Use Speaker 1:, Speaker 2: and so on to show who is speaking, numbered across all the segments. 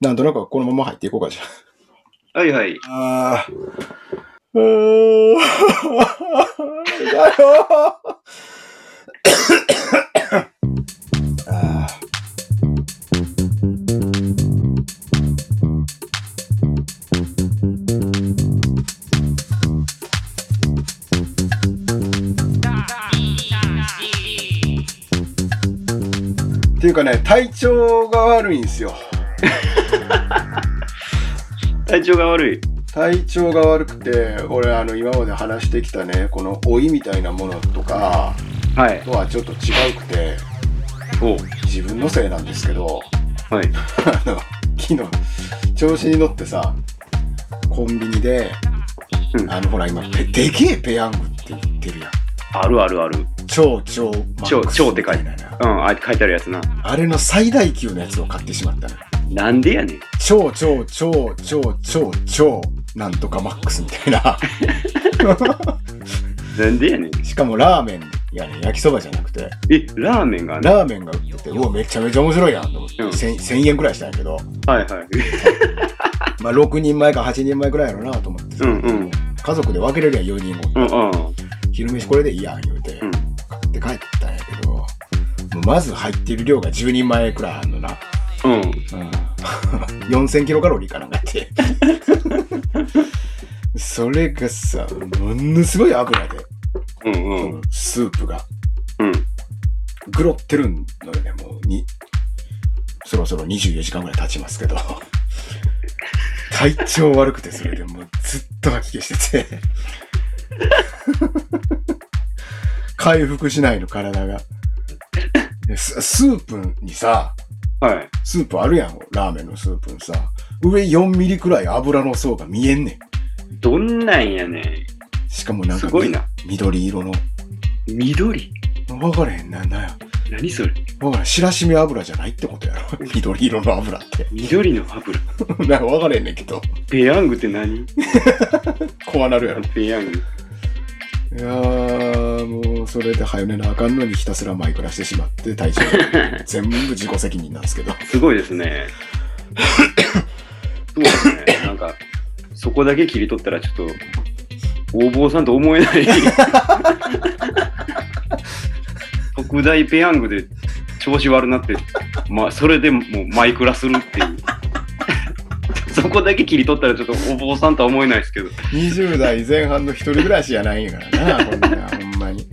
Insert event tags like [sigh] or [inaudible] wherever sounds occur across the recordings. Speaker 1: なんとなくこのまま入っていこうかじゃ
Speaker 2: はいはい。
Speaker 1: あ。あー。うーん。だよーあーっていうかね、体調が悪いんですよ。
Speaker 2: 体調が悪い。
Speaker 1: 体調が悪くて俺あの今まで話してきたねこの老いみたいなものとか
Speaker 2: はい。
Speaker 1: とはちょっと違うくて
Speaker 2: お
Speaker 1: 自分のせいなんですけど
Speaker 2: はい。
Speaker 1: あの昨日調子に乗ってさコンビニで、
Speaker 2: うん
Speaker 1: あのほら今ペでけえペヤングって言ってるやん
Speaker 2: あるあるある。
Speaker 1: 超超マックス
Speaker 2: 超超でかい
Speaker 1: みたいな
Speaker 2: うん、あ、書いてあるやつな。
Speaker 1: あれの最大級のやつを買ってしまったのよ
Speaker 2: なんでやねん。
Speaker 1: 超超超超超超なんとかマックスみたいな
Speaker 2: [laughs] なんでやねん。
Speaker 1: しかもラーメンやね焼きそばじゃなくて
Speaker 2: え、ラーメンがな。
Speaker 1: ラーメンが売ってて、うわ、めちゃめちゃ面白いやんと思って、
Speaker 2: うん
Speaker 1: 1000 1000円くらいしたんやけど、
Speaker 2: はいはい。
Speaker 1: まあ、6人前か8人前くらいやろなと思ってさ、
Speaker 2: うんうん
Speaker 1: 家族で分けれるやん、4人も。
Speaker 2: うんうん。
Speaker 1: 昼飯これでいいやん、言うて、
Speaker 2: うん
Speaker 1: 買って帰ったんやけど、もうまず入ってる量が10人前くらいあんのな。
Speaker 2: うん。
Speaker 1: [laughs] 4000キロカロリーかなんかって。それがさ、ものすごい油で、
Speaker 2: うんうん。
Speaker 1: スープが。
Speaker 2: うん。
Speaker 1: グロってるのよね、もう、に、そろそろ24時間ぐらい経ちますけど、 [laughs] 体調悪くて、それでもうずっと吐き気して [laughs] て、回復しないの、体が。でススープにさ、
Speaker 2: はい。
Speaker 1: スープあるやん、ラーメンのスープにさ、上4ミリくらい油の層が見えんね
Speaker 2: どんなんやね
Speaker 1: ん。
Speaker 2: ん。
Speaker 1: しかもなんか
Speaker 2: すごいな。
Speaker 1: 緑色の、
Speaker 2: 緑
Speaker 1: わからへん、なんだよ。
Speaker 2: 何それ
Speaker 1: わからん、白しめ油じゃないってことやろ。 [laughs] 緑色の油って。
Speaker 2: 緑の油。
Speaker 1: [laughs] なんか分からへんねんけど、
Speaker 2: ペヤングって [laughs] 何
Speaker 1: 怖なるやろ。
Speaker 2: ペヤング。
Speaker 1: いやー、もうそれで早寝なあかんのにひたすらマイクラしてしまって、体調 [laughs] が全部自己責任なんですけど。
Speaker 2: すごいですね。そうですね。なんか、そこだけ切り取ったらちょっと、お坊さんと思えない。 [laughs] 特大ペヤングで調子悪なって、まあ、それでもうマイクラするっていう。そこだけ切り取ったらちょっとお坊さんとは思えないですけど。
Speaker 1: 20代前半の一人暮らしじゃないんやからな、こんな、ほんまに。で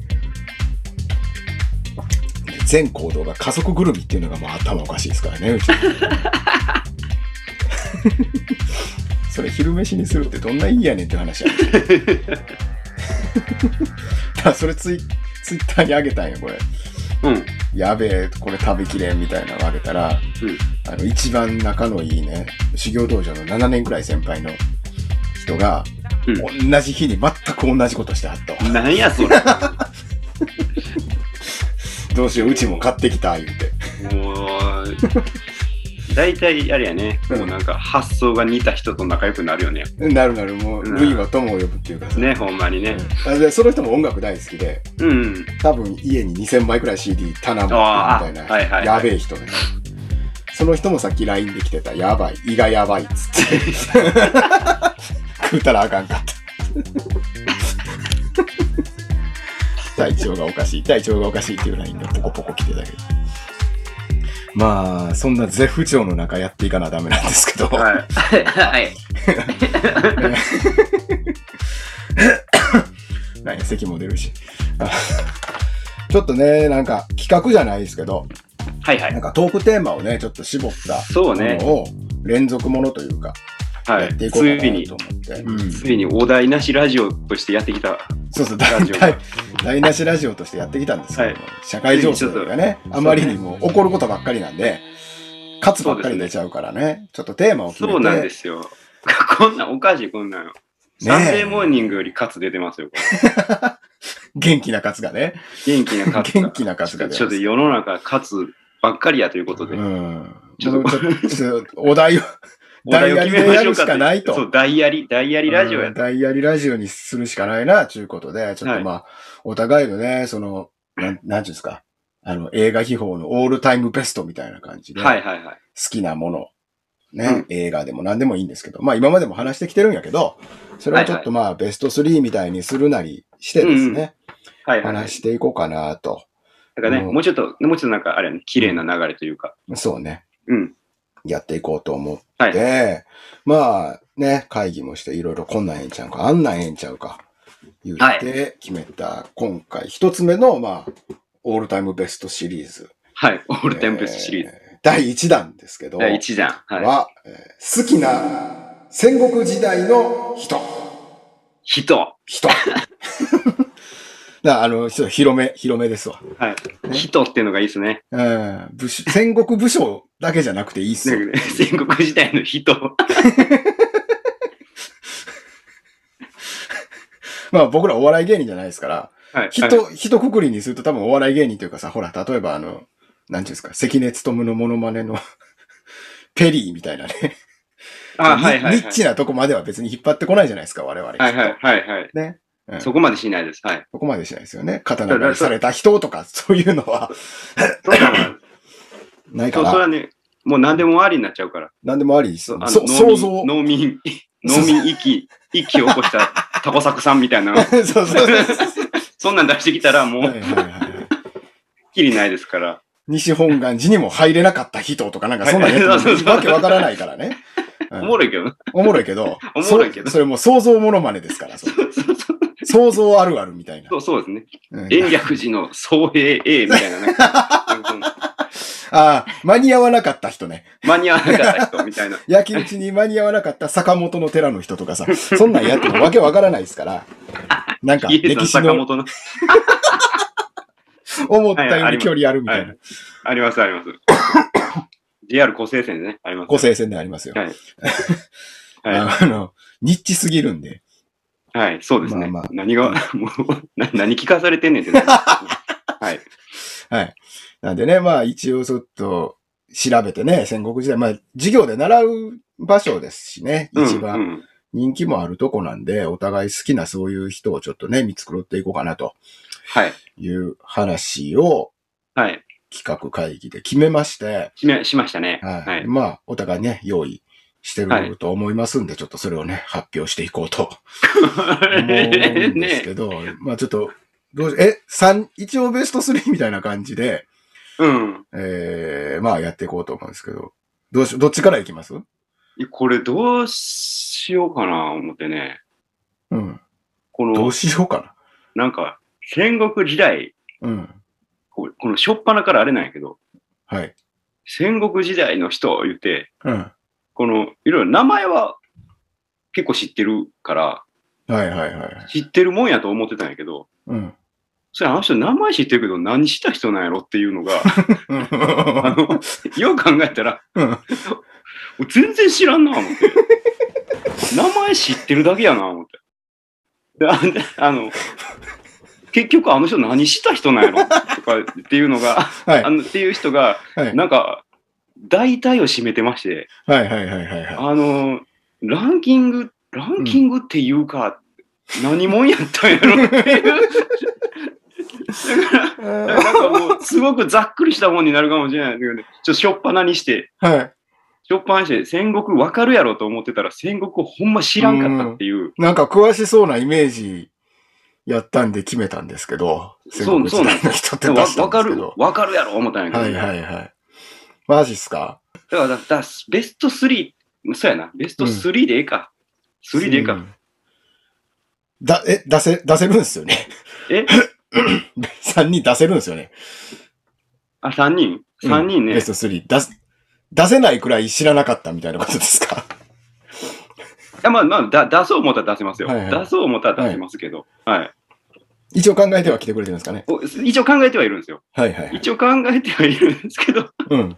Speaker 1: 全行動が加速ぐるみっていうのがもう頭おかしいですから [laughs] ね、うちの。それ昼飯にするってどんないいやねんって話や [laughs] ねん。だからそれツイツイッターにあげたんや、これ。
Speaker 2: うん。
Speaker 1: やべえ、これ食べきれんみたいなのをあげたら、あの、一番仲のいいね、修行道場の7年くらい先輩の人が、
Speaker 2: う
Speaker 1: 同じ日に全く同じことしてはったわ。
Speaker 2: うん。なんやそれ。
Speaker 1: どうしよう、うちも買ってきた、言うて。
Speaker 2: もう、大体あれやね、もうなんか発想が似た人と仲良くなるよね。
Speaker 1: なるなる、もう、
Speaker 2: うん
Speaker 1: ルイは友を呼ぶっていうかさ。
Speaker 2: ね、ほんまに
Speaker 1: う
Speaker 2: ね。
Speaker 1: ん。あで、その人も音楽大好きで、
Speaker 2: うん。
Speaker 1: 多分家に2000枚くらい CD 棚も
Speaker 2: あ
Speaker 1: あ
Speaker 2: ー
Speaker 1: るみたいな、
Speaker 2: あはいはい
Speaker 1: やべえ人で、ね。その人もさっき LINE で来てた、やばい、胃がやばいっつって。食うたらあかんかった。体調がおかしい、体調がおかしいっていう LINE がポコポコ来てたけど。まあ、そんな絶不調の中やっていかなダメなんですけど。
Speaker 2: はい。はい。
Speaker 1: なんや咳も出るし。 [laughs] あちょっとね、なんか企画じゃないですけど、
Speaker 2: はいは
Speaker 1: なん
Speaker 2: い。
Speaker 1: かトークテーマをね、ちょっと絞った
Speaker 2: そうね
Speaker 1: ものを連続ものというか、
Speaker 2: は
Speaker 1: やってい
Speaker 2: い。
Speaker 1: こうか
Speaker 2: つい
Speaker 1: な
Speaker 2: に
Speaker 1: と、思って。うん
Speaker 2: ついにお題なしラジオとしてやってきた。
Speaker 1: そうそう、
Speaker 2: ラ
Speaker 1: 大
Speaker 2: ジオ
Speaker 1: 体、台無しラジオとしてやってきたんですけど、
Speaker 2: はい
Speaker 1: 社会情勢がね、
Speaker 2: と
Speaker 1: あまりにも怒ることばっかりなんで、勝つばっかり出ちゃうからね、ちょっとテーマを決めて。
Speaker 2: そうなんですよ。こんなんおかしい、こんなんよ。
Speaker 1: え
Speaker 2: サンデーモーニングよりカツ出てますよ。これ
Speaker 1: 元気な勝つがね。
Speaker 2: 元気なカツ。
Speaker 1: 元気なカツが出ます
Speaker 2: ちょっと世の中カツばっかりやということ
Speaker 1: う
Speaker 2: で。
Speaker 1: ん。
Speaker 2: ちょっと
Speaker 1: もうちょっとお題を、
Speaker 2: お題を決めましょ
Speaker 1: ダイヤリでや
Speaker 2: うか
Speaker 1: るしかないと
Speaker 2: そう、ダイヤリ、ダイヤリラジオや
Speaker 1: うんダイヤリラジオにするしかないな、ということで、ちょっとまあ、お互いのね、その、なん、なんちゅうんですか、あの、映画秘宝のオールタイムベストみたいな感じで、
Speaker 2: は
Speaker 1: 好
Speaker 2: いはいはい。
Speaker 1: きなもの、ね、
Speaker 2: うん
Speaker 1: 映画でも何でもいいんですけど、まあ今までも話してきてるんやけど、それはちょっとまあベスト3みたいにするなりしてですね、
Speaker 2: はいはい。
Speaker 1: 話していこうかなと。
Speaker 2: だからね、
Speaker 1: うん
Speaker 2: もうちょっと、もうちょっとなんか、あれやね、綺麗な流れというか。
Speaker 1: そうね、
Speaker 2: うん。
Speaker 1: やっていこうと思って、
Speaker 2: はい。
Speaker 1: まあね、会議もしていろいろこんなんええんちゃうか、あんなんええんちゃうか、言って決めた、今回一つ目のまあ、オールタイムベストシリーズ。
Speaker 2: はい。オールタイムベストシリーズ。
Speaker 1: えー第1弾ですけど、
Speaker 2: 第1弾。はい。
Speaker 1: は、えー好きな戦国時代の人。
Speaker 2: 人。は
Speaker 1: 人。なあの、ちょっと広め、広めですわ。
Speaker 2: い。人っていうのがいいですね。
Speaker 1: うん、武士戦国武将だけじゃなくていいっす
Speaker 2: な
Speaker 1: よ。
Speaker 2: んかね、戦国時代の人。
Speaker 1: まあ僕らお笑い芸人じゃないですから、
Speaker 2: はい。はい
Speaker 1: 人、人くくりにすると多分お笑い芸人というかさ、ほら、例えばあの、なんていうんですか、関根勤のモノマネの、 [laughs] ペリーみたいなね、
Speaker 2: あ、はいはい
Speaker 1: ニ
Speaker 2: は
Speaker 1: ッ
Speaker 2: い。
Speaker 1: チなとこまでは別に引っ張ってこないじゃないですか、我々。
Speaker 2: はいはいはいはい。
Speaker 1: ね。うん
Speaker 2: そこまでしないです。はい。
Speaker 1: そこまでしないですよね。刀狩りされた人とか、そういうのは
Speaker 2: そうなんです
Speaker 1: ない
Speaker 2: そ
Speaker 1: か
Speaker 2: うそれ
Speaker 1: ら、
Speaker 2: はね、もう何でもありになっちゃうから。
Speaker 1: なんでもありです
Speaker 2: そ
Speaker 1: よ
Speaker 2: う
Speaker 1: ね
Speaker 2: あ
Speaker 1: そ
Speaker 2: の
Speaker 1: 想像。[laughs]
Speaker 2: 農民、農民、農民息、息を起こしたタコサクさんみたいな、
Speaker 1: [laughs] そうそう
Speaker 2: [laughs]
Speaker 1: そうそう。
Speaker 2: そんなん出してきたらも
Speaker 1: は
Speaker 2: う、
Speaker 1: いはいはいはい
Speaker 2: きりないですから。
Speaker 1: 西本願寺にも入れなかった人とかなんかそんなんやつ
Speaker 2: はい
Speaker 1: わけわからないからね。う
Speaker 2: お
Speaker 1: ん
Speaker 2: もろいけどな。
Speaker 1: おもろいけど、
Speaker 2: おもろいけど
Speaker 1: そそれ [laughs] も想像モノマネですから、そ
Speaker 2: [laughs]
Speaker 1: れ
Speaker 2: そうそうそう
Speaker 1: 想像あるあるみたいな
Speaker 2: そ。うそうですね。
Speaker 1: うん
Speaker 2: 延暦寺の総兵 A みたいな
Speaker 1: [laughs]
Speaker 2: なんか、
Speaker 1: ああ、間に合わなかった人ね。
Speaker 2: 間に合わなかった人
Speaker 1: [laughs]
Speaker 2: みたいな。
Speaker 1: 焼き討ちに間に合わなかった坂本の寺の人とかさ、そんなんやってもわけわからないです
Speaker 2: [laughs]
Speaker 1: から、なんか
Speaker 2: 家の
Speaker 1: 歴史
Speaker 2: 坂
Speaker 1: の
Speaker 2: 本の。
Speaker 1: 思ったより距離あるみたい
Speaker 2: は
Speaker 1: な、
Speaker 2: ありますあ
Speaker 1: [coughs]
Speaker 2: ります。JR 個性線ね。あります。
Speaker 1: 個性戦でありますよ。
Speaker 2: はいは
Speaker 1: あの、ニッチすぎるんで。
Speaker 2: い。はい、そうですね。
Speaker 1: まあまあ
Speaker 2: 何が、 [laughs] もう、な何聞かされてんねんっ
Speaker 1: [laughs]
Speaker 2: てなります。はい。
Speaker 1: はい。なんでね、まあ一応ちょっと調べてね、戦国時代、まあ授業で習う場所ですしね、
Speaker 2: うん
Speaker 1: 一
Speaker 2: う
Speaker 1: 番
Speaker 2: ん
Speaker 1: 人気もあるとこなんで、お互い好きなそういう人をちょっとね、見繕っていこうかなと
Speaker 2: はい。
Speaker 1: いう話を
Speaker 2: はい。
Speaker 1: 企画会議で決めまして、
Speaker 2: しめ、しましたね。
Speaker 1: はい。
Speaker 2: はい。
Speaker 1: まあお互いね、用意してると思いますんで、ちょっとそれをね、発表していこう
Speaker 2: [laughs]
Speaker 1: と思うんです
Speaker 2: ね
Speaker 1: けど、まあちょっと、どうしえ、三、一応ベスト3みたいな感じで、
Speaker 2: うん。
Speaker 1: ええまあやっていこうと思うんですけど、どうし、どっちからいきます
Speaker 2: これどうしようかな、思ってね。
Speaker 1: うん。
Speaker 2: こ
Speaker 1: ど
Speaker 2: の
Speaker 1: う、しようか
Speaker 2: なんか、戦国時代、
Speaker 1: な。うん。
Speaker 2: こうこの初っ端からあれなんやけど、
Speaker 1: はい。
Speaker 2: 戦国時代の人を言って、
Speaker 1: うん。は
Speaker 2: この、いろいろ名前は結構知ってるから、
Speaker 1: いはいはいはい。
Speaker 2: 知ってるもんやと思ってたんやけど、
Speaker 1: うん。
Speaker 2: それあの人名前知ってるけど何した人なんやろっていう
Speaker 1: [laughs]
Speaker 2: のが、あの、よく考えたら、
Speaker 1: うん
Speaker 2: 全然知らんな、思って。名前知ってるだけやな、思って。であであの、結局あの人何した人なんやろとかっていうのが、
Speaker 1: はい
Speaker 2: あのっていう人が、
Speaker 1: はい
Speaker 2: なんか、大体を占めてまして、
Speaker 1: はいはいはいはいはい。
Speaker 2: あの、ランキング、ランキングっていうか、何もんやったんやろっていう。だからなんかもう、すごくざっくりしたもんになるかもしれないですけどね、ちょっとしょっぱなにして、
Speaker 1: はい。
Speaker 2: しょっぱなにして、戦国わかるやろと思ってたら、戦国をほんま知らんかったっていう、
Speaker 1: なんか詳しそうなイメージやったんで決めたんですけど、戦
Speaker 2: そう
Speaker 1: 国時代の人って出
Speaker 2: わ
Speaker 1: した
Speaker 2: わ
Speaker 1: んです
Speaker 2: か
Speaker 1: け
Speaker 2: る
Speaker 1: ど、。
Speaker 2: わかるやろ思ったんやけど、
Speaker 1: はいはいはい。マジっすか
Speaker 2: だからだだ、ベスト3、そうやな、ベスト3でええか。3でええか。
Speaker 1: うんだ、え、出せ、出せるんすよね。 [laughs]
Speaker 2: え
Speaker 1: ?3 人出せるんすよね。
Speaker 2: あ、3人
Speaker 1: うん
Speaker 2: ?3 人ね。
Speaker 1: ベスト3出す、出せないくらい知らなかったみたいなことですか [laughs]
Speaker 2: いやまあまあだ、出そう思ったら出せますよ。
Speaker 1: はいはい
Speaker 2: 出そう思ったら出せますけど。はい、
Speaker 1: 一応考えては来てくれてるんですかね
Speaker 2: お一応考えてはいるんですよ。
Speaker 1: はいはいはい。
Speaker 2: 一応考えてはいるんですけど、 [laughs]
Speaker 1: うん。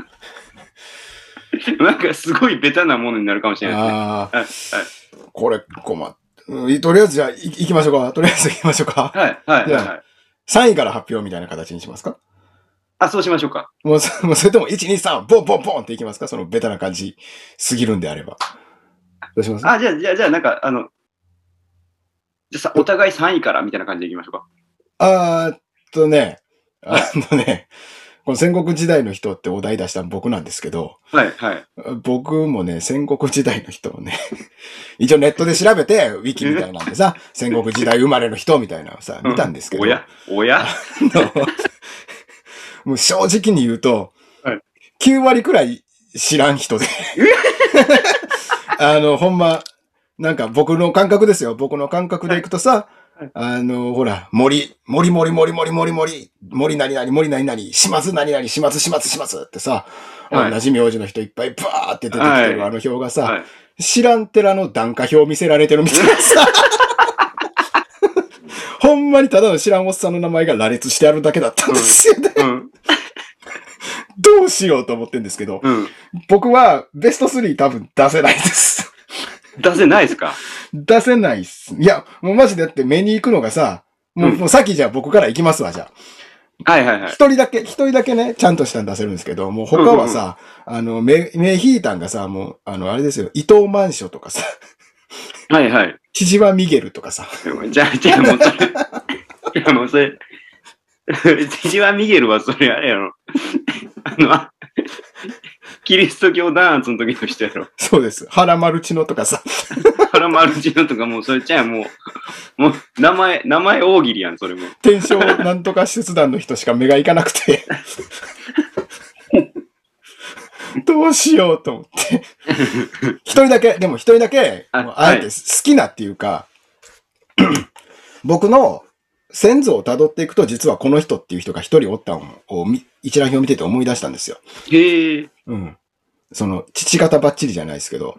Speaker 2: なんかすごいベタなものになるかもしれない
Speaker 1: あ
Speaker 2: はい
Speaker 1: あ、これ困っ、うんとりあえずじゃあ、い行きましょうか。とりあえず行きましょうか。
Speaker 2: ですね。はい、はい、
Speaker 1: じゃ
Speaker 2: は
Speaker 1: あ
Speaker 2: いはい。
Speaker 1: 3位から発表みたいな形にしますか
Speaker 2: あ、そうしましょうか。
Speaker 1: もう [laughs] そ、もうそれとも1、2、3、ボンボンボンっていきますかそのベタな感じすぎるんであれば。どうします
Speaker 2: あ、じゃあ、じゃあ、じゃあ、なんか、あの、じゃあさお互い3位からみたいな感じでいきましょうか。
Speaker 1: あーっとね、あのね、この戦国時代の人ってお題出したの僕なんですけど、
Speaker 2: はい、はい。
Speaker 1: 僕もね、戦国時代の人をね、一応ネットで調べて、ウィキみたいなんで
Speaker 2: [laughs]
Speaker 1: さ、戦国時代生まれの人みたいなのさ、見たんですけど、
Speaker 2: おやおや
Speaker 1: もう正直に言うと、
Speaker 2: はい
Speaker 1: 9割くらい知らん人で。あの、ほんま、なんか僕の感覚ですよ。僕の感覚でいくとさ、
Speaker 2: はいはい
Speaker 1: あの、ほら、森、森森森森森森、森何々森何々、島津何々、島津島津島津ってさ、
Speaker 2: はい
Speaker 1: 同じ名字の人いっぱいバーって出てきてる
Speaker 2: はい
Speaker 1: あの表がさ、
Speaker 2: はい。
Speaker 1: 知らん寺の段下表見せられてるみたいなさ。 [laughs] ほんまにただの知らんおっさんの名前が羅列してあるだけだったんですよね。
Speaker 2: うん、
Speaker 1: どうしようと思ってんですけど、
Speaker 2: うん。
Speaker 1: 僕はベスト3多分出せないです。
Speaker 2: 出せないですか
Speaker 1: 出せないっす。いや、もうマジでだって目に行くのがさ、もう,、
Speaker 2: うん
Speaker 1: もうさっきじゃあ僕から行きますわ、じゃあ。
Speaker 2: はい、はい、はい
Speaker 1: 一。人だけ、一人だけね、ちゃんとしたの出せるんですけど、もう他はさ、あの、目、目引いたんがさ、もう、あの、あれですよ、伊藤万書とかさ、 [laughs]
Speaker 2: はい、はい。
Speaker 1: 千々和ミゲルとかさ、
Speaker 2: じゃあ、じゃあもうそれ、いやもうそれ、千々和ミゲルはそれあれやろ。あの、あキリスト教弾圧の時の人やろ。
Speaker 1: そうです、原丸千乃とかさ、
Speaker 2: ハラマルチノとかもうそれじゃあもう、もう名前、名前大喜利やん、それも。
Speaker 1: 天正なんとか施設団の人しか目がいかなく [laughs] て。どうしようと思って。一人だけ、でも一人だけ、
Speaker 2: あ
Speaker 1: もうあえて
Speaker 2: は
Speaker 1: 好きなっていうか、 [clears throat] 僕の先祖を辿っていくと、実はこの人っていう人が一人おったのを見一覧表を見てて思い出したんですよ。
Speaker 2: へえ。
Speaker 1: うん。その、父方ばっちりじゃないですけど、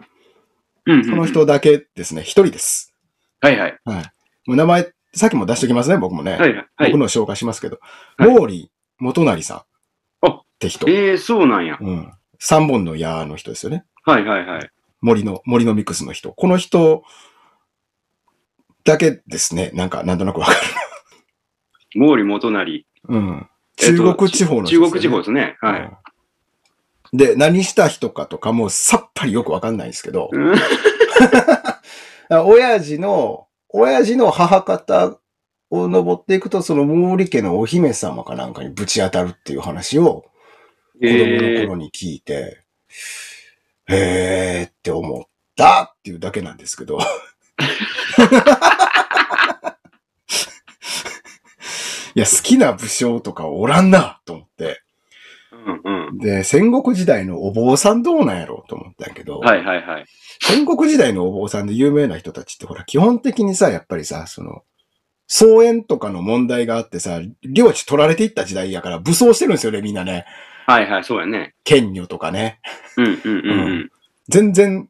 Speaker 2: うん、
Speaker 1: この。人だけですね、一人です。
Speaker 2: はいはい。
Speaker 1: はい。もう名前、さっきも出しておきますね、僕もね。
Speaker 2: はいはい。はい
Speaker 1: 僕、の紹介しますけど、
Speaker 2: はい
Speaker 1: 毛利元成さん
Speaker 2: あ
Speaker 1: って人。
Speaker 2: ええ、そうなんや。
Speaker 1: うん。三本の矢の人ですよね。
Speaker 2: はいはいはい。
Speaker 1: 森の、森のミックスの人。この人だけですね。なんか、なんとなくわかる。
Speaker 2: 毛利元成。
Speaker 1: うん。
Speaker 2: えっと
Speaker 1: 中国地方の人で
Speaker 2: 中
Speaker 1: すよね、
Speaker 2: 国地方ですね。はい。
Speaker 1: うんで、何した人かとかもうさっぱりよくわかんないんですけど、
Speaker 2: うん
Speaker 1: あ親父の、親父の母方を登っていくと、その毛利家のお姫様かなんかにぶち当たるっていう話を、子供の
Speaker 2: ええ。
Speaker 1: 頃に聞いて、へーって思ったっていうだけなんですけど。 [laughs] いや、好きな武将とかおらんなと思って。
Speaker 2: うんうん。
Speaker 1: で、戦国時代のお坊さんどうなんやろうと思ったんやけど、
Speaker 2: はいはいはい。
Speaker 1: 戦国時代のお坊さんで有名な人たちってほら、基本的にさ、やっぱりさ、その、荘園とかの問題があってさ、領地取られていった時代やから武装してるんですよね、みんなね。
Speaker 2: はいはい、そうやね。
Speaker 1: 剣女とかね。
Speaker 2: うんうんうんうん。
Speaker 1: 全然、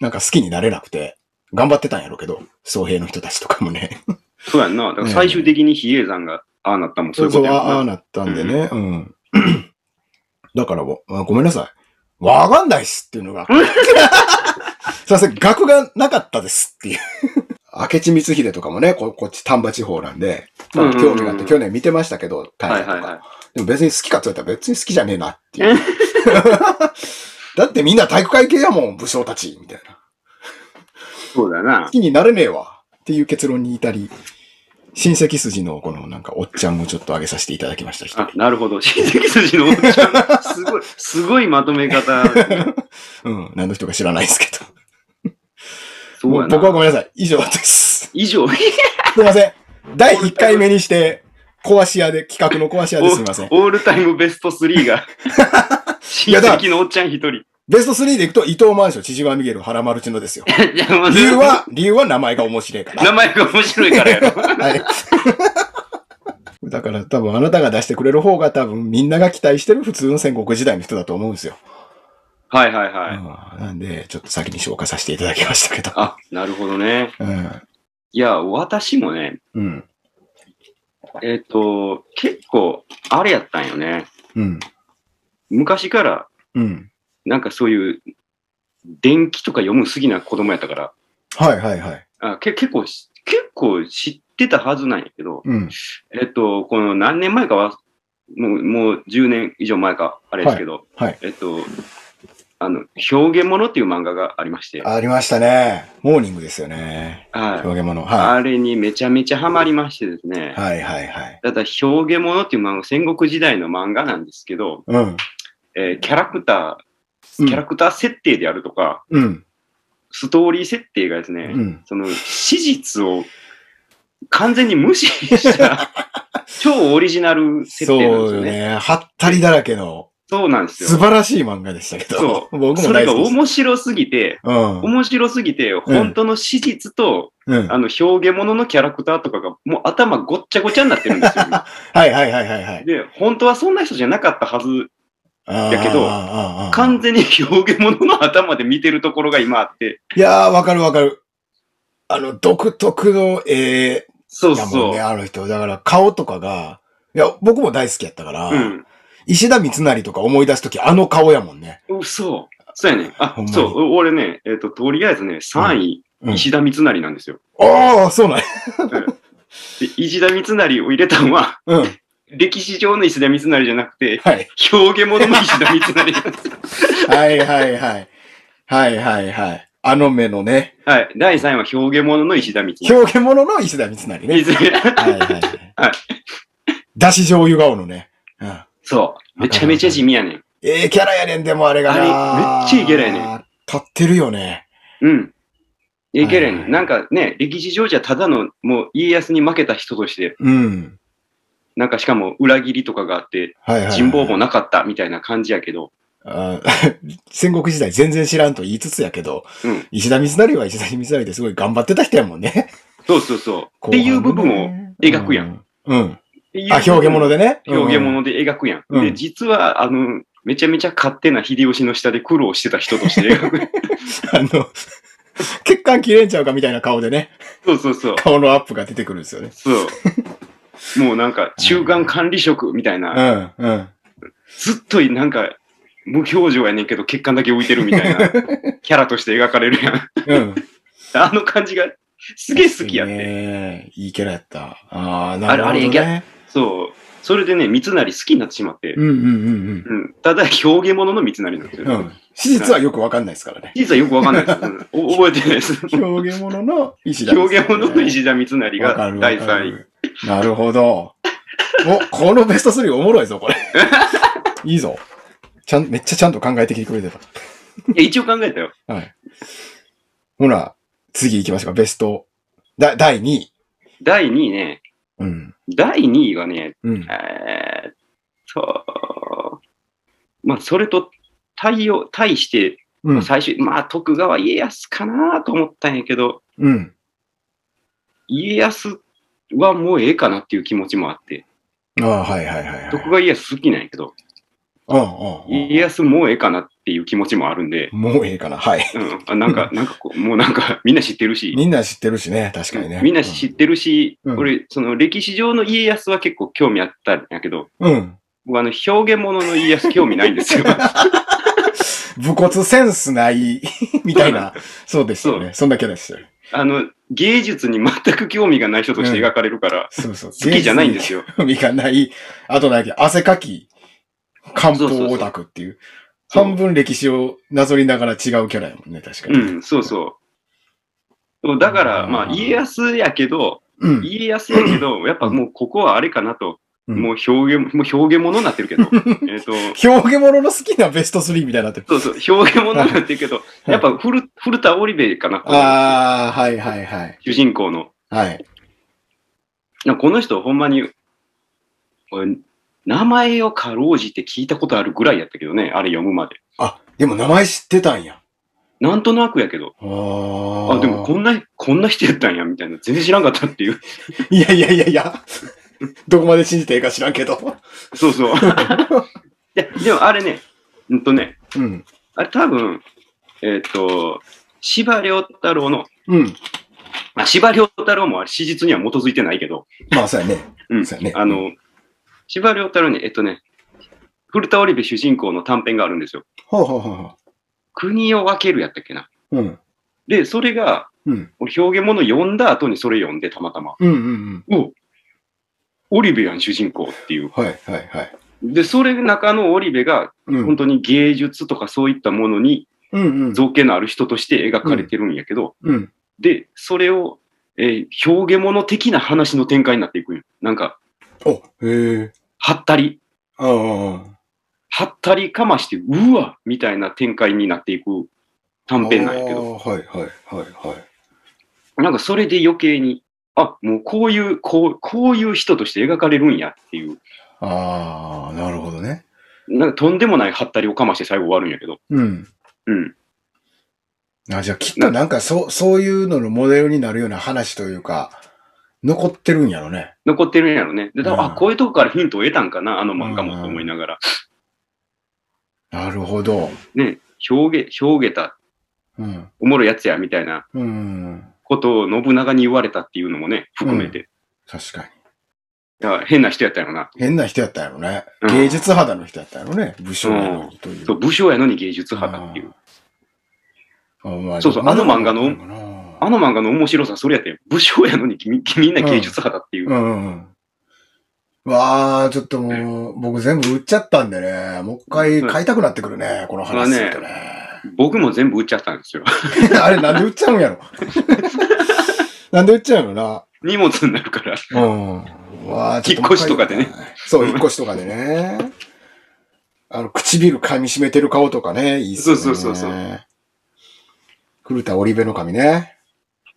Speaker 1: なんか好きになれなくて、頑張ってたんやろうけど、僧兵の人たちとかもね。
Speaker 2: そうやんな。だから最終的に比叡山がああなったもん、 [laughs] そういうことや
Speaker 1: あああ
Speaker 2: んな。
Speaker 1: なったんでね。うん。 [clears throat] だからもう、あごめんなさい。わかんないっすっていうの
Speaker 2: [laughs]
Speaker 1: が。すいません、学がなかったですっていう。明智光秀とかもね、ここっち丹波地方なんで、まあ
Speaker 2: うんうんうん
Speaker 1: 興味があって去年見てましたけど、大河
Speaker 2: はい
Speaker 1: とか。
Speaker 2: はいはい。
Speaker 1: でも別に好きかって言われたら別に好きじゃねえなって
Speaker 2: [laughs]
Speaker 1: いう。 [laughs] だってみんな体育会系やもん、武将たち、みたいな。
Speaker 2: そうだな
Speaker 1: 好。きになれねえわっていう結論に至り、親戚筋のこのなんかおっちゃんもちょっと上げさせていただきました一
Speaker 2: あ、なるほど。親戚筋のおっちゃん。すごい、すごいまとめ方。
Speaker 1: 人。うん、何の人か知らないですけど。
Speaker 2: そう
Speaker 1: も
Speaker 2: や
Speaker 1: う僕は
Speaker 2: な。
Speaker 1: ごめんなさい。以上です。
Speaker 2: 以上。
Speaker 1: すいません。第1回目にして、壊し屋で、企画の壊し屋ですみません。
Speaker 2: オールタイムベスト3が、親戚のおっちゃん一人。
Speaker 1: ベスト3でいくと、伊藤万象、千々和ミゲル、原丸千乃
Speaker 2: [laughs]
Speaker 1: ですよ。
Speaker 2: いやまあ
Speaker 1: 理由は、理由は名前が面白いから。
Speaker 2: 名前が面白いからやろ。
Speaker 1: はい。だから多分あなたが出してくれる方が多分みんなが期待してる普通の戦国時代の人だと思うんですよ。
Speaker 2: はいはいはい。
Speaker 1: うんなんで、ちょっと先に消化させていただきましたけど。
Speaker 2: あ、なるほどね。
Speaker 1: うん。
Speaker 2: いや、私もね、
Speaker 1: うん。
Speaker 2: えっ、と、結構、あれやったんよね。
Speaker 1: うん。
Speaker 2: 昔から、
Speaker 1: うん。
Speaker 2: なんかそういう、電気とか読む好きな子供やったから、
Speaker 1: はいはいはい。
Speaker 2: あけ結構し、結構知ってたはずなんやけど、
Speaker 1: うん。
Speaker 2: えっと、この何年前かは、もう、もう10年以上前か、あれですけど、
Speaker 1: はいはい
Speaker 2: えっと、あの、表現物っていう漫画がありまして、
Speaker 1: ありましたね。モーニングですよね。
Speaker 2: はい。
Speaker 1: 表現物。は
Speaker 2: あれにめちゃめちゃハマりましてですね
Speaker 1: い。、はいはいはい。
Speaker 2: ただ、表現物っていう漫画、戦国時代の漫画なんですけど、
Speaker 1: うん。
Speaker 2: えーキャラクタ
Speaker 1: う
Speaker 2: ー、
Speaker 1: ん
Speaker 2: キャラクター設定であるとか、
Speaker 1: うん。
Speaker 2: ストーリー設定がですね、
Speaker 1: うん。
Speaker 2: その史実を完全に無視した
Speaker 1: [laughs]
Speaker 2: 超オリジナル設
Speaker 1: そ
Speaker 2: 定なんです
Speaker 1: う
Speaker 2: よ
Speaker 1: よ
Speaker 2: ね。
Speaker 1: ね。はったりだらけの
Speaker 2: そうなんです
Speaker 1: 素
Speaker 2: よ。
Speaker 1: 晴らしい漫画でしたけど
Speaker 2: そ。
Speaker 1: [laughs] 僕
Speaker 2: そ
Speaker 1: も
Speaker 2: れ
Speaker 1: 大
Speaker 2: が
Speaker 1: 好きです。
Speaker 2: 面白すぎて、
Speaker 1: うん。
Speaker 2: 面白すぎて、本当の史実と、
Speaker 1: うん。
Speaker 2: あの、表現物のキャラクターとかが、もう頭ごっちゃごちゃになってる
Speaker 1: [laughs]
Speaker 2: んですよ。
Speaker 1: はいはいはいはいはい。
Speaker 2: で、本当はそんな人じゃなかったはず、
Speaker 1: だ
Speaker 2: けど完
Speaker 1: ど、
Speaker 2: 全に表現物の頭で見てるところが今あって、
Speaker 1: いやー、わかるわかる。あの、独特の絵
Speaker 2: そう
Speaker 1: だもん
Speaker 2: そ
Speaker 1: ね、
Speaker 2: う。
Speaker 1: あの人。だから顔とかが、いや、僕も大好きやったから、
Speaker 2: うん。
Speaker 1: 石田三成とか思い出すとき、あの顔やもんね。
Speaker 2: うそう。そうやね。あ
Speaker 1: ほん、まに
Speaker 2: そう。お俺ね、えっ、と、とりあえずね、3
Speaker 1: うん
Speaker 2: 位、石田三成なんですよ。
Speaker 1: ああ、そうなんや。
Speaker 2: で石田三成を入れたのは、 [laughs]
Speaker 1: うん。
Speaker 2: 歴史上の石田三成じゃなくて、
Speaker 1: はい。
Speaker 2: 表現物の石田三成なんです。
Speaker 1: はいはいはい。はいはいはい。あの目のね、
Speaker 2: はい。 [laughs] 第3位は表現物の石田三成。
Speaker 1: 表現物の石田三成ね。
Speaker 2: 水
Speaker 1: はいはいはい。
Speaker 2: はい
Speaker 1: だし醤油顔のね。うん。
Speaker 2: [laughs] そう。めちゃめちゃ地味やねん。
Speaker 1: ええキャラやねん、でもあれがな。
Speaker 2: あれめっちゃいいキャラやねん
Speaker 1: ん。立ってるよね。
Speaker 2: うん。いける
Speaker 1: はい
Speaker 2: ね
Speaker 1: は
Speaker 2: ん。
Speaker 1: い
Speaker 2: なんかね、歴史上じゃただの、もう家康に負けた人として、
Speaker 1: うん。
Speaker 2: なんかしかも裏切りとかがあって、
Speaker 1: はいはいはい。
Speaker 2: 人望もなかったみたいな感じやけど、
Speaker 1: あ [laughs] 戦国時代全然知らんと言いつつやけど、
Speaker 2: うん
Speaker 1: 石田三成は石田三成ですごい頑張ってた人やもんね。
Speaker 2: そうそうそう。っていう部分を、っ
Speaker 1: を
Speaker 2: 描くやん。
Speaker 1: うん。うん
Speaker 2: ていう
Speaker 1: あ、表現物でね。
Speaker 2: 表現
Speaker 1: うん
Speaker 2: 物で描くやん。
Speaker 1: うん
Speaker 2: で、実は、あの、めちゃめちゃ勝手な秀吉の下で苦労してた人として
Speaker 1: [laughs]
Speaker 2: 描く。
Speaker 1: あの、血管切れんちゃうかみたいな顔でね、
Speaker 2: そうそうそう。
Speaker 1: 顔のアップが出てくるんですよね。
Speaker 2: そう。もうなんか、中間管理職みたいうな、
Speaker 1: ん、うん。
Speaker 2: ずっとなんか、無表情やねんけど、血管だけ浮いてるみたい
Speaker 1: [laughs]
Speaker 2: な、キャラとして描かれるやん。
Speaker 1: うん。
Speaker 2: あの感じが、すげえ好きやって。
Speaker 1: ね。いいキャラやった。ああ、なるほど、ね。
Speaker 2: あれあれギそう。それでね、三成好きになってしまって、
Speaker 1: うんうんうん
Speaker 2: うん。ただ、表現物の三成なんです
Speaker 1: うん。う
Speaker 2: よ。
Speaker 1: ん。史実はよくわかんないですからね。
Speaker 2: 実はよくわかんない
Speaker 1: [laughs]
Speaker 2: です。うんお覚えてないです。
Speaker 1: 表現物の石田三成。
Speaker 2: 表現物の石田三成
Speaker 1: わか
Speaker 2: が
Speaker 1: るわ
Speaker 2: 第
Speaker 1: か
Speaker 2: 3位。
Speaker 1: る。なるほど。お、このベスト3おもろい
Speaker 2: [laughs]
Speaker 1: ぞ、これ。いいぞ。ちゃん、めっちゃちゃんと考えてきてくれてた。
Speaker 2: いや、一応考えたよ。
Speaker 1: はい。ほら、次行きましょうか、ベスト。だ、第2位。
Speaker 2: 第2位ね、
Speaker 1: うん。
Speaker 2: 第2位がね、
Speaker 1: うん。
Speaker 2: えーっと、まあ、それと対応、対して、
Speaker 1: うん。
Speaker 2: 最初、まあ、徳川家康かなと思ったんやけど、
Speaker 1: うん。
Speaker 2: 家康はもうええかなっていう気持ちもあって、
Speaker 1: ああ、はいはいはい、はい。
Speaker 2: 徳川家康好きなんやけど、
Speaker 1: うんうんうん
Speaker 2: 家康もうええかなっていう気持ちもあるんで、
Speaker 1: もうええかな。はい。
Speaker 2: うん、あなん
Speaker 1: [laughs]
Speaker 2: か、なんかこう、もうなんか、みんな知ってるし、
Speaker 1: みんな知ってるしね、確かにね。
Speaker 2: みんな知ってるし、
Speaker 1: うん
Speaker 2: 俺、その歴史上の家康は結構興味あったんやけど、
Speaker 1: うん。
Speaker 2: 僕あの、表現物の家康興味ないんで
Speaker 1: [laughs]
Speaker 2: すよ。
Speaker 1: 武骨センスない、 [laughs] みたいな。そうですよね。そんだけですよ。
Speaker 2: あの、芸術に全く興味がない人として描かれるから、
Speaker 1: そうそう。
Speaker 2: 好きじゃないんですよ。
Speaker 1: 興味がない、あとなんだっけ汗かき、漢方オタクっていう。
Speaker 2: そう
Speaker 1: 半分歴史をなぞりながら違うキャラやもんね、確か
Speaker 2: う
Speaker 1: に。
Speaker 2: ん、そうそう。だから、
Speaker 1: うん
Speaker 2: まあ、家康やけど、
Speaker 1: うん。
Speaker 2: 家康やけど、やっぱもうここはあれかなと、
Speaker 1: うん
Speaker 2: もう表現、もう表現物になってるけ
Speaker 1: [laughs]
Speaker 2: ど、えっと、
Speaker 1: 表現物の好きなベスト3みたいになってる。
Speaker 2: そうそう、表現物になってるけど、
Speaker 1: い
Speaker 2: やっぱ古古田織部かなと思う、
Speaker 1: ああ、はいはいはい。
Speaker 2: 主人公の。
Speaker 1: はい。
Speaker 2: なんかこの人、ほんまに、俺名前をかろうじて聞いたことあるぐらいやったけどね、あれ読むまで。
Speaker 1: あ、でも名前知ってたんや。
Speaker 2: なんとなくやけど、
Speaker 1: あー
Speaker 2: あ、でもこんな、こんな人やったんや、みたいな。全然知らんかったっ
Speaker 1: [laughs]
Speaker 2: ていう。
Speaker 1: いやいやいやいや。どこまで信じていいか知らんけど。
Speaker 2: そうそう。いや、でもあれね、うんとね、
Speaker 1: うん。
Speaker 2: あれ多分、えっ、と、司馬遼太郎の、
Speaker 1: うん。
Speaker 2: まあ、司馬遼太郎もあれ史実には基づいてないけど、
Speaker 1: まあ、そうやね。
Speaker 2: うん
Speaker 1: そうやね。
Speaker 2: あ、の、司馬遼太郎に、えっとね、古田織部主人公の短編があるんですよ。
Speaker 1: ほうほうほうほ
Speaker 2: 国を分けるやったっけな。
Speaker 1: う。うん。
Speaker 2: で、それが、
Speaker 1: うん。
Speaker 2: 俺表現物読んだ後にそれ読んで、たまたま。
Speaker 1: うんうんうん。
Speaker 2: おオリビアン主人公っていう。
Speaker 1: はいはいはい。
Speaker 2: で、それの中の織部が、
Speaker 1: うん。
Speaker 2: 本当に芸術とかそういったものに
Speaker 1: うんうん。
Speaker 2: 造形のある人として描かれてるんやけど、
Speaker 1: うん。
Speaker 2: で、それを、えー表現物的な話の展開になっていくんよ。なんか、
Speaker 1: お、へえ。
Speaker 2: はったり、
Speaker 1: ああ。
Speaker 2: はったりかまして、うわみたいな展開になっていく短編なんやけど、
Speaker 1: あーはいはいはいはい。
Speaker 2: なんかそれで余計に、あ、もうこういう、こう、こういう人として描かれるんやっていう、
Speaker 1: ああ、なるほどね。
Speaker 2: なんかとんでもないはったりをかまして最後終わるんやけど、
Speaker 1: うん。
Speaker 2: うん。
Speaker 1: あじゃあきっとなんかそう、そういうののモデルになるような話というか、残ってるんやろね。
Speaker 2: 残ってるんやろね。で、多分
Speaker 1: うん
Speaker 2: あ、こういうとこからヒントを得たんかな、あの漫画もと思いながら。
Speaker 1: なるほど。
Speaker 2: ね、表現、表現た、
Speaker 1: うん。
Speaker 2: おもろいやつや、みたいな
Speaker 1: うん。
Speaker 2: ことを信長に言われたっていうのもね、含めて。
Speaker 1: 確かに。
Speaker 2: だから変な人やったよな。
Speaker 1: 変な人やったんやろね。
Speaker 2: うん
Speaker 1: 芸術肌の人やったんやろね。武将やのにという。
Speaker 2: そう、武将やのに芸術派だっていう。
Speaker 1: あ。まあ
Speaker 2: そうそう
Speaker 1: まだ
Speaker 2: あの漫画の
Speaker 1: 残ってるのか
Speaker 2: あ
Speaker 1: な
Speaker 2: の漫画の面白さ、それやったよ。武将やのにみみんな芸術派だっていう。
Speaker 1: うんうんうん。わあ、ちょっともう、僕全部売っちゃったんでね、もう一回買いたくなってくるね、この話するとね。
Speaker 2: 僕も全部売っちゃったんですよ。 [laughs]
Speaker 1: [laughs] あれなんで売っちゃうんやろなんで売っちゃうの
Speaker 2: 荷物になるから。
Speaker 1: な。うん。わあ、ちょっもう一回
Speaker 2: 引っ越しとかでね。
Speaker 1: そう、引っ越しとかでね。あの、唇噛み締めてる顔とかね、いいっすよね。
Speaker 2: そうそうそうそ
Speaker 1: 古田織部の髪ね。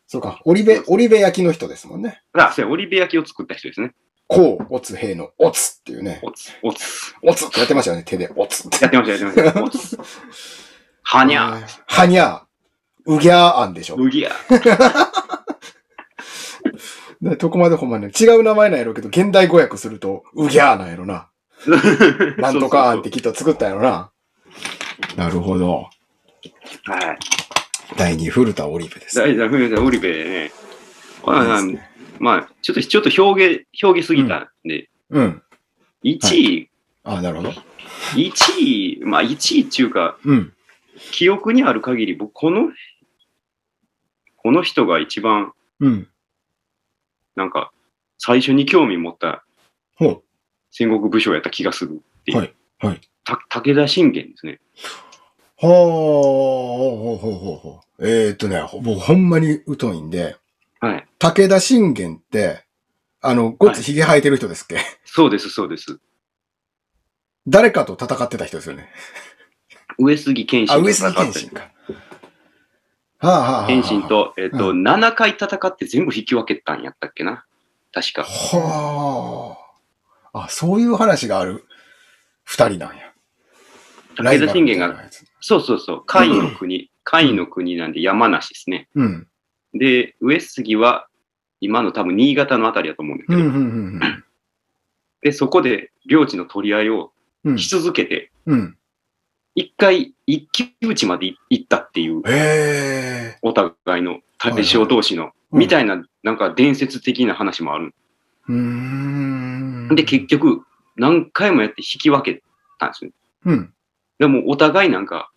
Speaker 1: そうか、織部、織部焼きの人ですもんね。
Speaker 2: あ、そうや、オリベ焼きを作った人ですね。
Speaker 1: こう、おつ、へいの、おつっていうね。
Speaker 2: おつ、おつ。
Speaker 1: おつってやってましたよね、手で。おつって。
Speaker 2: やってました、やってました。おつ。はにゃ、。
Speaker 1: はにゃ。うぎゃーあんでしょ。
Speaker 2: うぎゃ。
Speaker 1: でどこまでほんまね。違う名前なんやろうけど、現代語訳すると、うぎゃーなんやろな。
Speaker 2: [laughs]
Speaker 1: なんとかあんってきっと作ったんやろな。なるほど。
Speaker 2: そうそうそう。はい。
Speaker 1: 第2、古田オリーブです。
Speaker 2: 大事なふうにオリベね。まあ、
Speaker 1: いいですね
Speaker 2: まあ、ちょっと、ちょっと表現、表現すぎたんで、
Speaker 1: うん。
Speaker 2: 1位、
Speaker 1: あ、なるほど。
Speaker 2: 一位、まあ1位っていうか、
Speaker 1: うん。
Speaker 2: 記憶にある限り、僕、この、この人が一番、
Speaker 1: うん。
Speaker 2: なんか、最初に興味持った
Speaker 1: ほう。
Speaker 2: 戦国武将やった気がするっていう。
Speaker 1: はいはい
Speaker 2: た武田信玄ですね。
Speaker 1: ほう、ほうほうほうほう。えー、っとね、ほ僕ほんまに疎いんで、
Speaker 2: はい。
Speaker 1: 武田信玄って、あの、ごっつひげ生えてる人ですっけ、
Speaker 2: そうです、そうです。
Speaker 1: 誰かと戦ってた人ですよね。
Speaker 2: 上杉謙信
Speaker 1: あ、
Speaker 2: と
Speaker 1: 上
Speaker 2: 戦っ
Speaker 1: 杉
Speaker 2: た
Speaker 1: 謙信か。はあ、はあはあはあ、
Speaker 2: 謙信。と、えっと、
Speaker 1: う
Speaker 2: 7回戦って全部引き分けたんやったっけな。確か。
Speaker 1: はあ。あ、そういう話がある二人なんや。
Speaker 2: 武田信玄が、
Speaker 1: ライバルみたいなやつ。
Speaker 2: そうそうそう、甲斐の国、甲斐の国なんで山梨ですね。
Speaker 1: うん。
Speaker 2: で、上杉は、今の多分新潟のあたりだと思うんだけ
Speaker 1: うん、
Speaker 2: ど、
Speaker 1: うん、うん
Speaker 2: で、そこで領地の取り合いを
Speaker 1: うん。うん
Speaker 2: し続けて、
Speaker 1: うん。
Speaker 2: 一回、一騎打ちまで行ったっていう、
Speaker 1: へえ。
Speaker 2: お互いの武将同士の、
Speaker 1: うん
Speaker 2: みたいな、なんか伝説的な話もある。
Speaker 1: うーん。
Speaker 2: で、結局、何回もやって引き分けたんですよ。
Speaker 1: うん。
Speaker 2: でも、お互いなんか、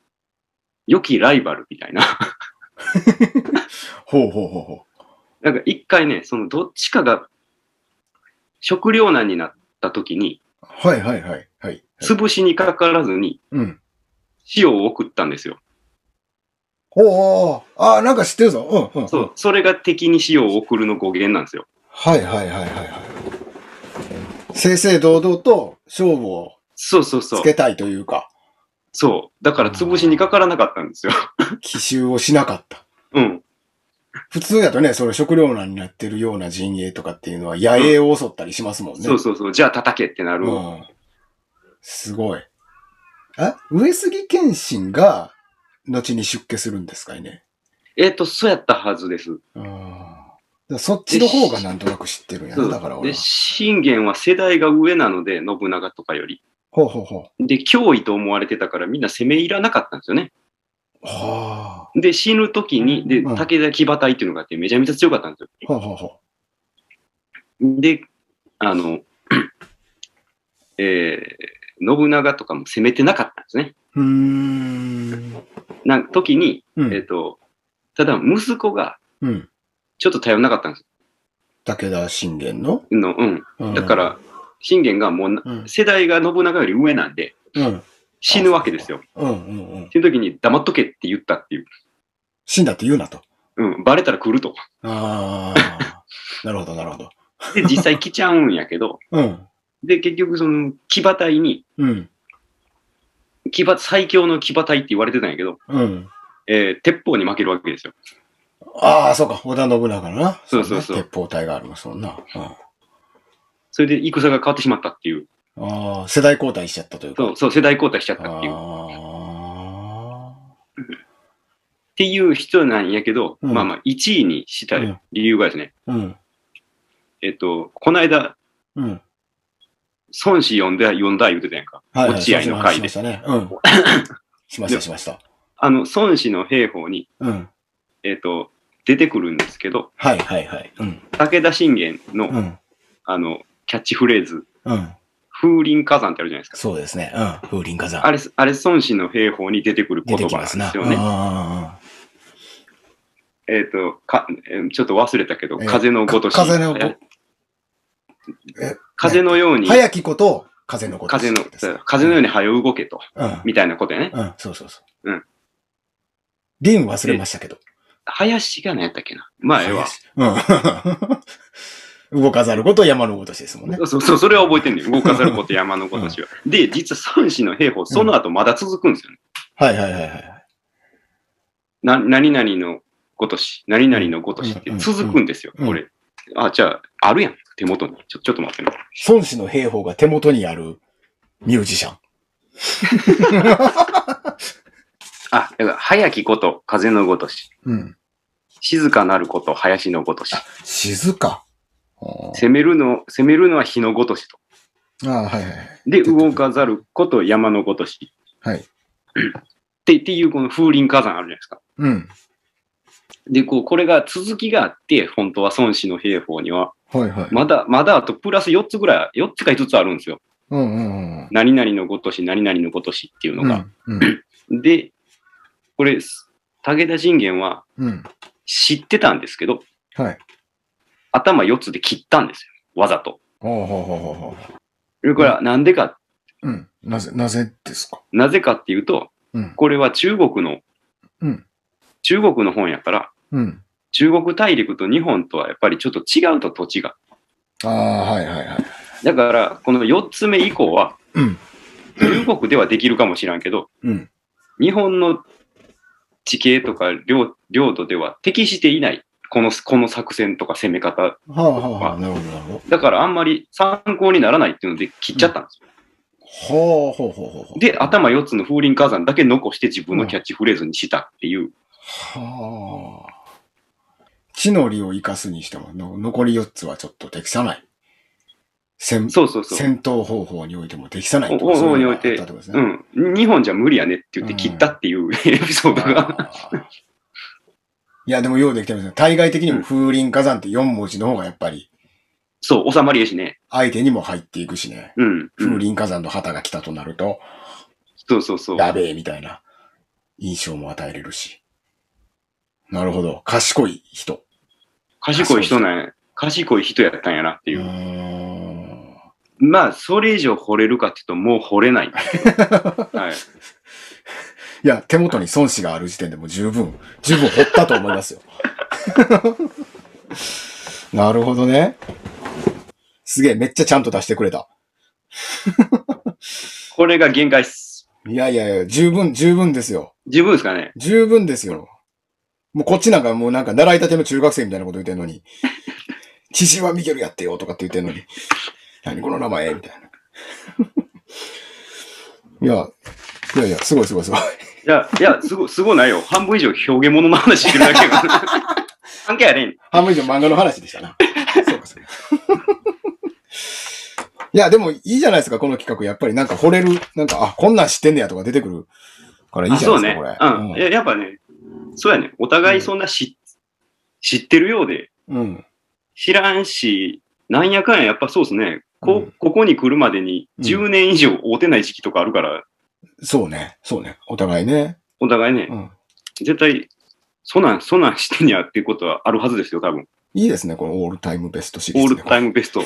Speaker 2: 良きライバルみたいな。 [laughs]
Speaker 1: ほうほうほうほ
Speaker 2: なんか一回ね、そのどっちかが食糧難になった時に、
Speaker 1: う。はいはいはい。はい。
Speaker 2: 潰しにかからずに
Speaker 1: うん。
Speaker 2: 塩を送ったんですよ。
Speaker 1: おおああ、なんか知ってるぞ。うんうん。
Speaker 2: そう。。それが敵に塩を送るの語源なんですよ。
Speaker 1: はいはいはいはいはい。正々堂々と勝負を
Speaker 2: そうそうそ
Speaker 1: つ
Speaker 2: う。
Speaker 1: けたいというか、
Speaker 2: そう。だから潰しにかからなかったんですよ。
Speaker 1: 奇襲をしなかった。
Speaker 2: うん。
Speaker 1: 普通だとね、それ食糧難になってるような陣営とかっていうのは野営を襲ったりしますもんね。
Speaker 2: そうそうそう。じゃあ叩けってなる。
Speaker 1: うん。すごい。あ、上杉謙信が、後に出家するんですかいね。
Speaker 2: えっ、と、そうやったはずです。
Speaker 1: うん。だからそっちの方がなんとなく知ってるんや
Speaker 2: そ
Speaker 1: な。
Speaker 2: う
Speaker 1: だから俺
Speaker 2: で、
Speaker 1: は。
Speaker 2: 信玄は世代が上なので、信長とかより。
Speaker 1: ほうほうほう。
Speaker 2: で、脅威と思われてたからみんな攻め入らなかったんですよね。
Speaker 1: は
Speaker 2: で、死ぬ時に、で、
Speaker 1: うん
Speaker 2: 武田騎馬隊っていうのがあってめちゃめちゃ強かったんですよ。
Speaker 1: あ。ほうほうほ
Speaker 2: で、あの、 [clears throat] えー信長とかも攻めてなかったんですね。
Speaker 1: う。うーん。
Speaker 2: なん時に、
Speaker 1: う
Speaker 2: えっ、
Speaker 1: ん。
Speaker 2: と、ただ息子が
Speaker 1: うん。
Speaker 2: ちょっと頼んなかったんです
Speaker 1: 武田信玄の
Speaker 2: の、うん。だか、ら、信玄がもうな
Speaker 1: うん。
Speaker 2: 世代が信長より上なんで、
Speaker 1: うん。
Speaker 2: 死ぬわけですよ。
Speaker 1: うん。うん。うん。
Speaker 2: その時に黙っとけって言ったっていう。
Speaker 1: 死んだって言うなと。
Speaker 2: うん、バレたら来ると。 [laughs]
Speaker 1: ああ。なるほど、なるほど。
Speaker 2: で、実際来ちゃうんやけど、
Speaker 1: うん。
Speaker 2: で、結局その、騎馬隊に、
Speaker 1: うん。
Speaker 2: 騎馬、最強の騎馬隊って言われてたんやけど、
Speaker 1: うん。
Speaker 2: えー鉄砲に負けるわけですよ。
Speaker 1: ああ、そうか。織田信長のな。
Speaker 2: そうそうそう
Speaker 1: ね鉄砲隊があるもん、そんな。うん
Speaker 2: それで戦が変わってしまったっていう。
Speaker 1: ああ、世代交代しちゃったというか。
Speaker 2: そう、そう、世代交代しちゃったっていう。っ
Speaker 1: あ
Speaker 2: ていう人なんやけど、
Speaker 1: うん
Speaker 2: まあまあ、1位にした
Speaker 1: うん
Speaker 2: 理由がですね、
Speaker 1: あ。うん。
Speaker 2: えっと、この間、
Speaker 1: うん。
Speaker 2: 孫子呼んだ、呼んだ言うてたやんか。
Speaker 1: はい、はい。
Speaker 2: 落合の
Speaker 1: し
Speaker 2: 会
Speaker 1: ま
Speaker 2: で
Speaker 1: したね。
Speaker 2: [laughs]
Speaker 1: うん。しました、しました。
Speaker 2: あの、孫子の兵法に、
Speaker 1: うん。
Speaker 2: えっと、出てくるんですけど、
Speaker 1: はい、はい、はい。うん。
Speaker 2: 武田信玄の、
Speaker 1: うん。
Speaker 2: あの、キャッチフレーズ、
Speaker 1: うん。
Speaker 2: 風林火山ってあるじゃないですか。
Speaker 1: そうですね。うん。風林火山。
Speaker 2: あれ、あれ、孫子の兵法に出てくる
Speaker 1: 出て
Speaker 2: 言
Speaker 1: きま
Speaker 2: 葉なん
Speaker 1: す
Speaker 2: で
Speaker 1: な。
Speaker 2: すよね。
Speaker 1: あ
Speaker 2: えっ、とか、えーちょっと忘れたけど、
Speaker 1: えー
Speaker 2: 風のごとし。
Speaker 1: か風のご
Speaker 2: え
Speaker 1: え
Speaker 2: 風のよう
Speaker 1: あ
Speaker 2: に、
Speaker 1: 早きことを風のこと
Speaker 2: 風の
Speaker 1: です、
Speaker 2: 風のように早う動けと、
Speaker 1: うん。
Speaker 2: みたいなことやね。
Speaker 1: うん、そうそうそう。
Speaker 2: うん。
Speaker 1: リン忘れましたけど。
Speaker 2: 林が何やったっけな。まあ、ええわ。
Speaker 1: うん。 [laughs] 動かざることを山のごとしですもんね。
Speaker 2: そうそう、それは覚えてんねん。動かざること山のことしは。で、実は孫子の兵法、その後まだ続くんですよね。
Speaker 1: はいはいはいはい。
Speaker 2: な、何々のごとし、何々のごとしって続くんですよ、
Speaker 1: うんうん
Speaker 2: これ。あ、じゃあ、あるやん。手元に。ちょ、ちょっと待ってね。
Speaker 1: 孫子の兵法が手元にあるミュージシャン。
Speaker 2: あ、だから早きこと風のごとし。
Speaker 1: うん。
Speaker 2: 静かなること林のごとし。
Speaker 1: 静か。あ
Speaker 2: 攻めるの、攻めるのは火のごとしと。
Speaker 1: あ、はいはいはい。
Speaker 2: で、動かざること山のごとし。
Speaker 1: はい
Speaker 2: って、っていうこの風林火山あるじゃないですか。
Speaker 1: うん。
Speaker 2: で、こう、これが続きがあって、本当は孫子の兵法には、
Speaker 1: はいはい。
Speaker 2: まだ、まだあとプラス4つぐらい、4つか5つあるんですよ。
Speaker 1: うんうんうん。
Speaker 2: 何々のごとし、何々のごとしっていうのが。
Speaker 1: うん。うん
Speaker 2: で、これ、武田信玄は
Speaker 1: うん。
Speaker 2: 知ってたんですけど、
Speaker 1: はい。
Speaker 2: 頭4つで切ったんですよ。わざと。
Speaker 1: ほうほうほうほうほ
Speaker 2: それから、なんでか
Speaker 1: う。うん。なぜ、なぜですか
Speaker 2: なぜかっていうと、
Speaker 1: うん。
Speaker 2: これは中国の、
Speaker 1: うん
Speaker 2: 中国の本やから、
Speaker 1: うん。
Speaker 2: 中国大陸と日本とはやっぱりちょっと違うと土地が。
Speaker 1: ああ、はいはいはい。
Speaker 2: だから、この4つ目以降は、
Speaker 1: うん。
Speaker 2: 中国ではできるかもしらんけど、
Speaker 1: うん。
Speaker 2: 日本の地形とか領領土では適していない。この、この作戦とか攻め方。
Speaker 1: はあはあはあ、なるほどなるほど。
Speaker 2: だからあんまり参考にならないっていうので切っちゃったんですよ。
Speaker 1: ほうほうほうほうほう。
Speaker 2: で、頭4つの風林火山だけ残して自分のキャッチフレーズにしたっていう。
Speaker 1: はあ。地の利を生かすにしても、の残り4つはちょっと適さない。戦、
Speaker 2: そうそうそう。
Speaker 1: 戦闘方法においても適さないと
Speaker 2: おお
Speaker 1: か。そういうのが
Speaker 2: おおにおいて
Speaker 1: あったってことですね。
Speaker 2: うん。日本じゃ無理やねって言って切ったっていうエピソードが。
Speaker 1: あーいや、でもようできてますね。対外的にも風林火山って4文字の方がやっぱり、
Speaker 2: そう、収まりやしね。
Speaker 1: 相手にも入っていくしね。
Speaker 2: うん。う
Speaker 1: 風
Speaker 2: ん、
Speaker 1: 林火山の旗が来たとなると、
Speaker 2: そうそうそう。
Speaker 1: やべえみたいな印象も与えれるし。なるほど。賢い人。
Speaker 2: 賢い人なんや。賢い人やったんやなって
Speaker 1: う
Speaker 2: い
Speaker 1: ー
Speaker 2: う。
Speaker 1: ん。
Speaker 2: まあ、それ以上惚れるかっていうと、もう惚
Speaker 1: [laughs]
Speaker 2: れないんだけど。はい。
Speaker 1: いや、手元に孫子がある時点でもう十分、十分掘ったと思いますよ。 [laughs] なるほどね。すげえ、めっちゃちゃんと出してくれた。
Speaker 2: これが限界っす。
Speaker 1: いやいやいや、十分、十分ですよ。
Speaker 2: 十分ですかね。
Speaker 1: 十分ですよ。もうこっちなんかもうなんか習いたての中学生みたいなこと言ってんのに、
Speaker 2: [laughs]
Speaker 1: 知事はミゲルやってよとかって言ってんのに、何この名前みたいな。 [laughs] いや、いやいや、すごいすごいすごい。
Speaker 2: いや、いや、すご、すごないよ。半分以上表現物の話してるだけ
Speaker 1: [laughs]
Speaker 2: やから。関係あれん。
Speaker 1: 半分以上漫画の話でしたな。そうかそう [laughs] か。いや、でもいいじゃないですか、この企画。やっぱりなんか惚れる、なんか、あ、こんなん知ってんねやとか出てくるからいい
Speaker 2: あ
Speaker 1: じゃ
Speaker 2: そ
Speaker 1: な
Speaker 2: う
Speaker 1: いで
Speaker 2: ね
Speaker 1: す。か、
Speaker 2: う
Speaker 1: これ。
Speaker 2: ん。いややっぱね、そうやね。お互いそんな知、知ってるようで、
Speaker 1: うん。うん。
Speaker 2: 知らんし、なんやかんや、やっぱそうですね。
Speaker 1: う
Speaker 2: こ
Speaker 1: ん、
Speaker 2: ここに来るまでに
Speaker 1: うん
Speaker 2: 10年以上会うてない時期とかあるから、
Speaker 1: そうね。そうね。お互いね。
Speaker 2: お互いね
Speaker 1: う、ん。
Speaker 2: 絶対、そなん、そなんしてんやっていうことはあるはずですよ、多分。
Speaker 1: いいですね、このオールタイムベストシリ
Speaker 2: オ
Speaker 1: ー
Speaker 2: ー
Speaker 1: ズ、
Speaker 2: ルタイ
Speaker 1: ム。
Speaker 2: ムベスト。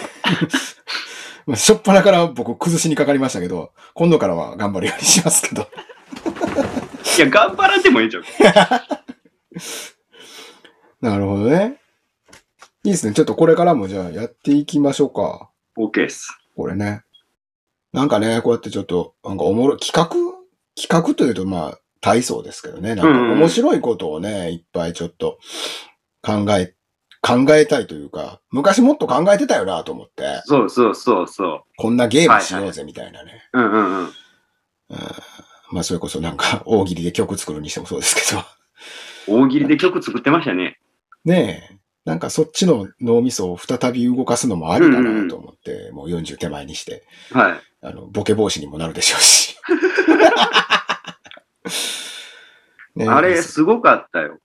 Speaker 1: まあしょっぱなから僕崩しにかかりましたけど、今度からは頑張るようにしますけど。 [laughs]
Speaker 2: いや、頑張らんでもええじゃん。
Speaker 1: なるほどね。いいですね。ちょっとこれからもじゃあやっていきましょうか。
Speaker 2: OK っす。
Speaker 1: これね。なんかね、こうやってちょっと、なんかおもろ、企画企画というとまあ、大層ですけどね。なんか
Speaker 2: うんうん
Speaker 1: 面白いことをね、いっぱいちょっと考え、考えたいというか、昔もっと考えてたよなと思って、
Speaker 2: そうそうそうそ
Speaker 1: こんなゲームしようぜみたいなね。
Speaker 2: う。うんうんう
Speaker 1: う
Speaker 2: ん。
Speaker 1: んまあ、それこそなんか、 [laughs] 大喜利で曲作るにしてもそうですけど。 [laughs]
Speaker 2: 大喜利で曲作ってましたね。
Speaker 1: ねえ。なんかそっちの脳みそを再び動かすのもありだなと思って、もう40手前にして。
Speaker 2: はい。
Speaker 1: あの、ボケ防止にもなるでしょうし。
Speaker 2: [laughs]
Speaker 1: ねえ
Speaker 2: あれ、すごかったよ。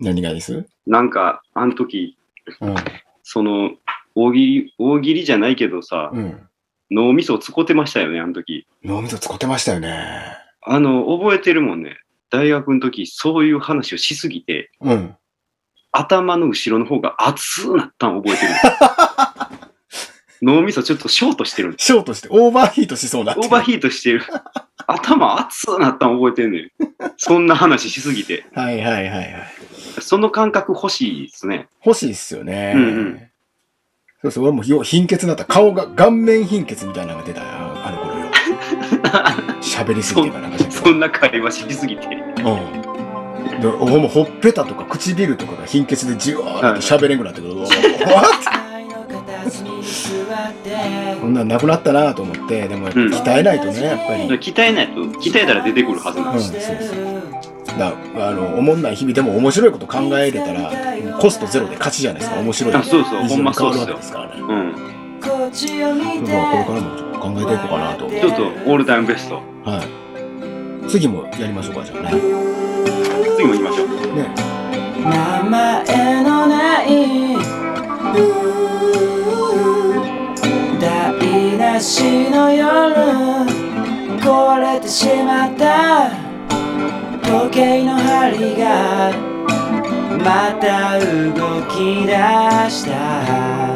Speaker 1: 何がです
Speaker 2: なんか、あの時、
Speaker 1: うん。
Speaker 2: その、大喜利、大喜利じゃないけどさ、
Speaker 1: うん。
Speaker 2: 脳みそをつこってましたよね、あの時。
Speaker 1: 脳みそ使ってましたよね。
Speaker 2: あの、覚えてるもんね。大学の時、そういう話をしすぎて、
Speaker 1: うん。
Speaker 2: 頭の後ろの方が熱くなったん覚えてる。 [laughs] 脳みそちょっとショートしてるんです。
Speaker 1: ショートして、オーバーヒートしそうになって
Speaker 2: オ
Speaker 1: る
Speaker 2: ーバーヒートしてる。頭熱くなったん覚えてんねん。そんな話しすぎて。
Speaker 1: はいはいはいはい。
Speaker 2: その感覚欲しいですね。 [laughs]
Speaker 1: 欲しいっすよね。
Speaker 2: うんうん
Speaker 1: そうそう、俺もよう貧血になった。顔が、顔面貧血みたいなのが出たよ。あの頃よ。喋りすぎてかなんかし
Speaker 2: そんな会話しすぎて。
Speaker 1: うん。でほんまほっぺたとか唇とかが貧血でじわーって喋れんくなってくる。
Speaker 3: 愛の形に座って
Speaker 1: こんなんなくなったなと思って、でもやっぱ鍛えないとね、やっぱり。
Speaker 2: 鍛えないと、鍛えたら出てくるはずなん
Speaker 1: う
Speaker 2: で
Speaker 1: ん
Speaker 2: す。
Speaker 1: そうだあの、おもんない日々でも面白いこと考えれたら、コストゼロで勝ちじゃないですか、面白い。
Speaker 2: あそうそう
Speaker 1: 非常
Speaker 2: ほん
Speaker 1: に
Speaker 2: ま
Speaker 1: 変
Speaker 2: そ
Speaker 1: わ
Speaker 2: う
Speaker 1: る
Speaker 2: で
Speaker 1: わ
Speaker 2: す
Speaker 1: け
Speaker 2: よ
Speaker 1: ですからね。
Speaker 2: うん。
Speaker 3: こっちを見
Speaker 1: だ
Speaker 3: て
Speaker 1: からこれからもちょっと考えていこうかなと。
Speaker 2: ちょっと、オールタイムベスト。
Speaker 1: はい。次もやりましょうか、じゃあね。
Speaker 2: 次も行きましょう。
Speaker 1: ね。
Speaker 3: 名前のない台無しの夜壊れてしまった時計の針がまた動き出した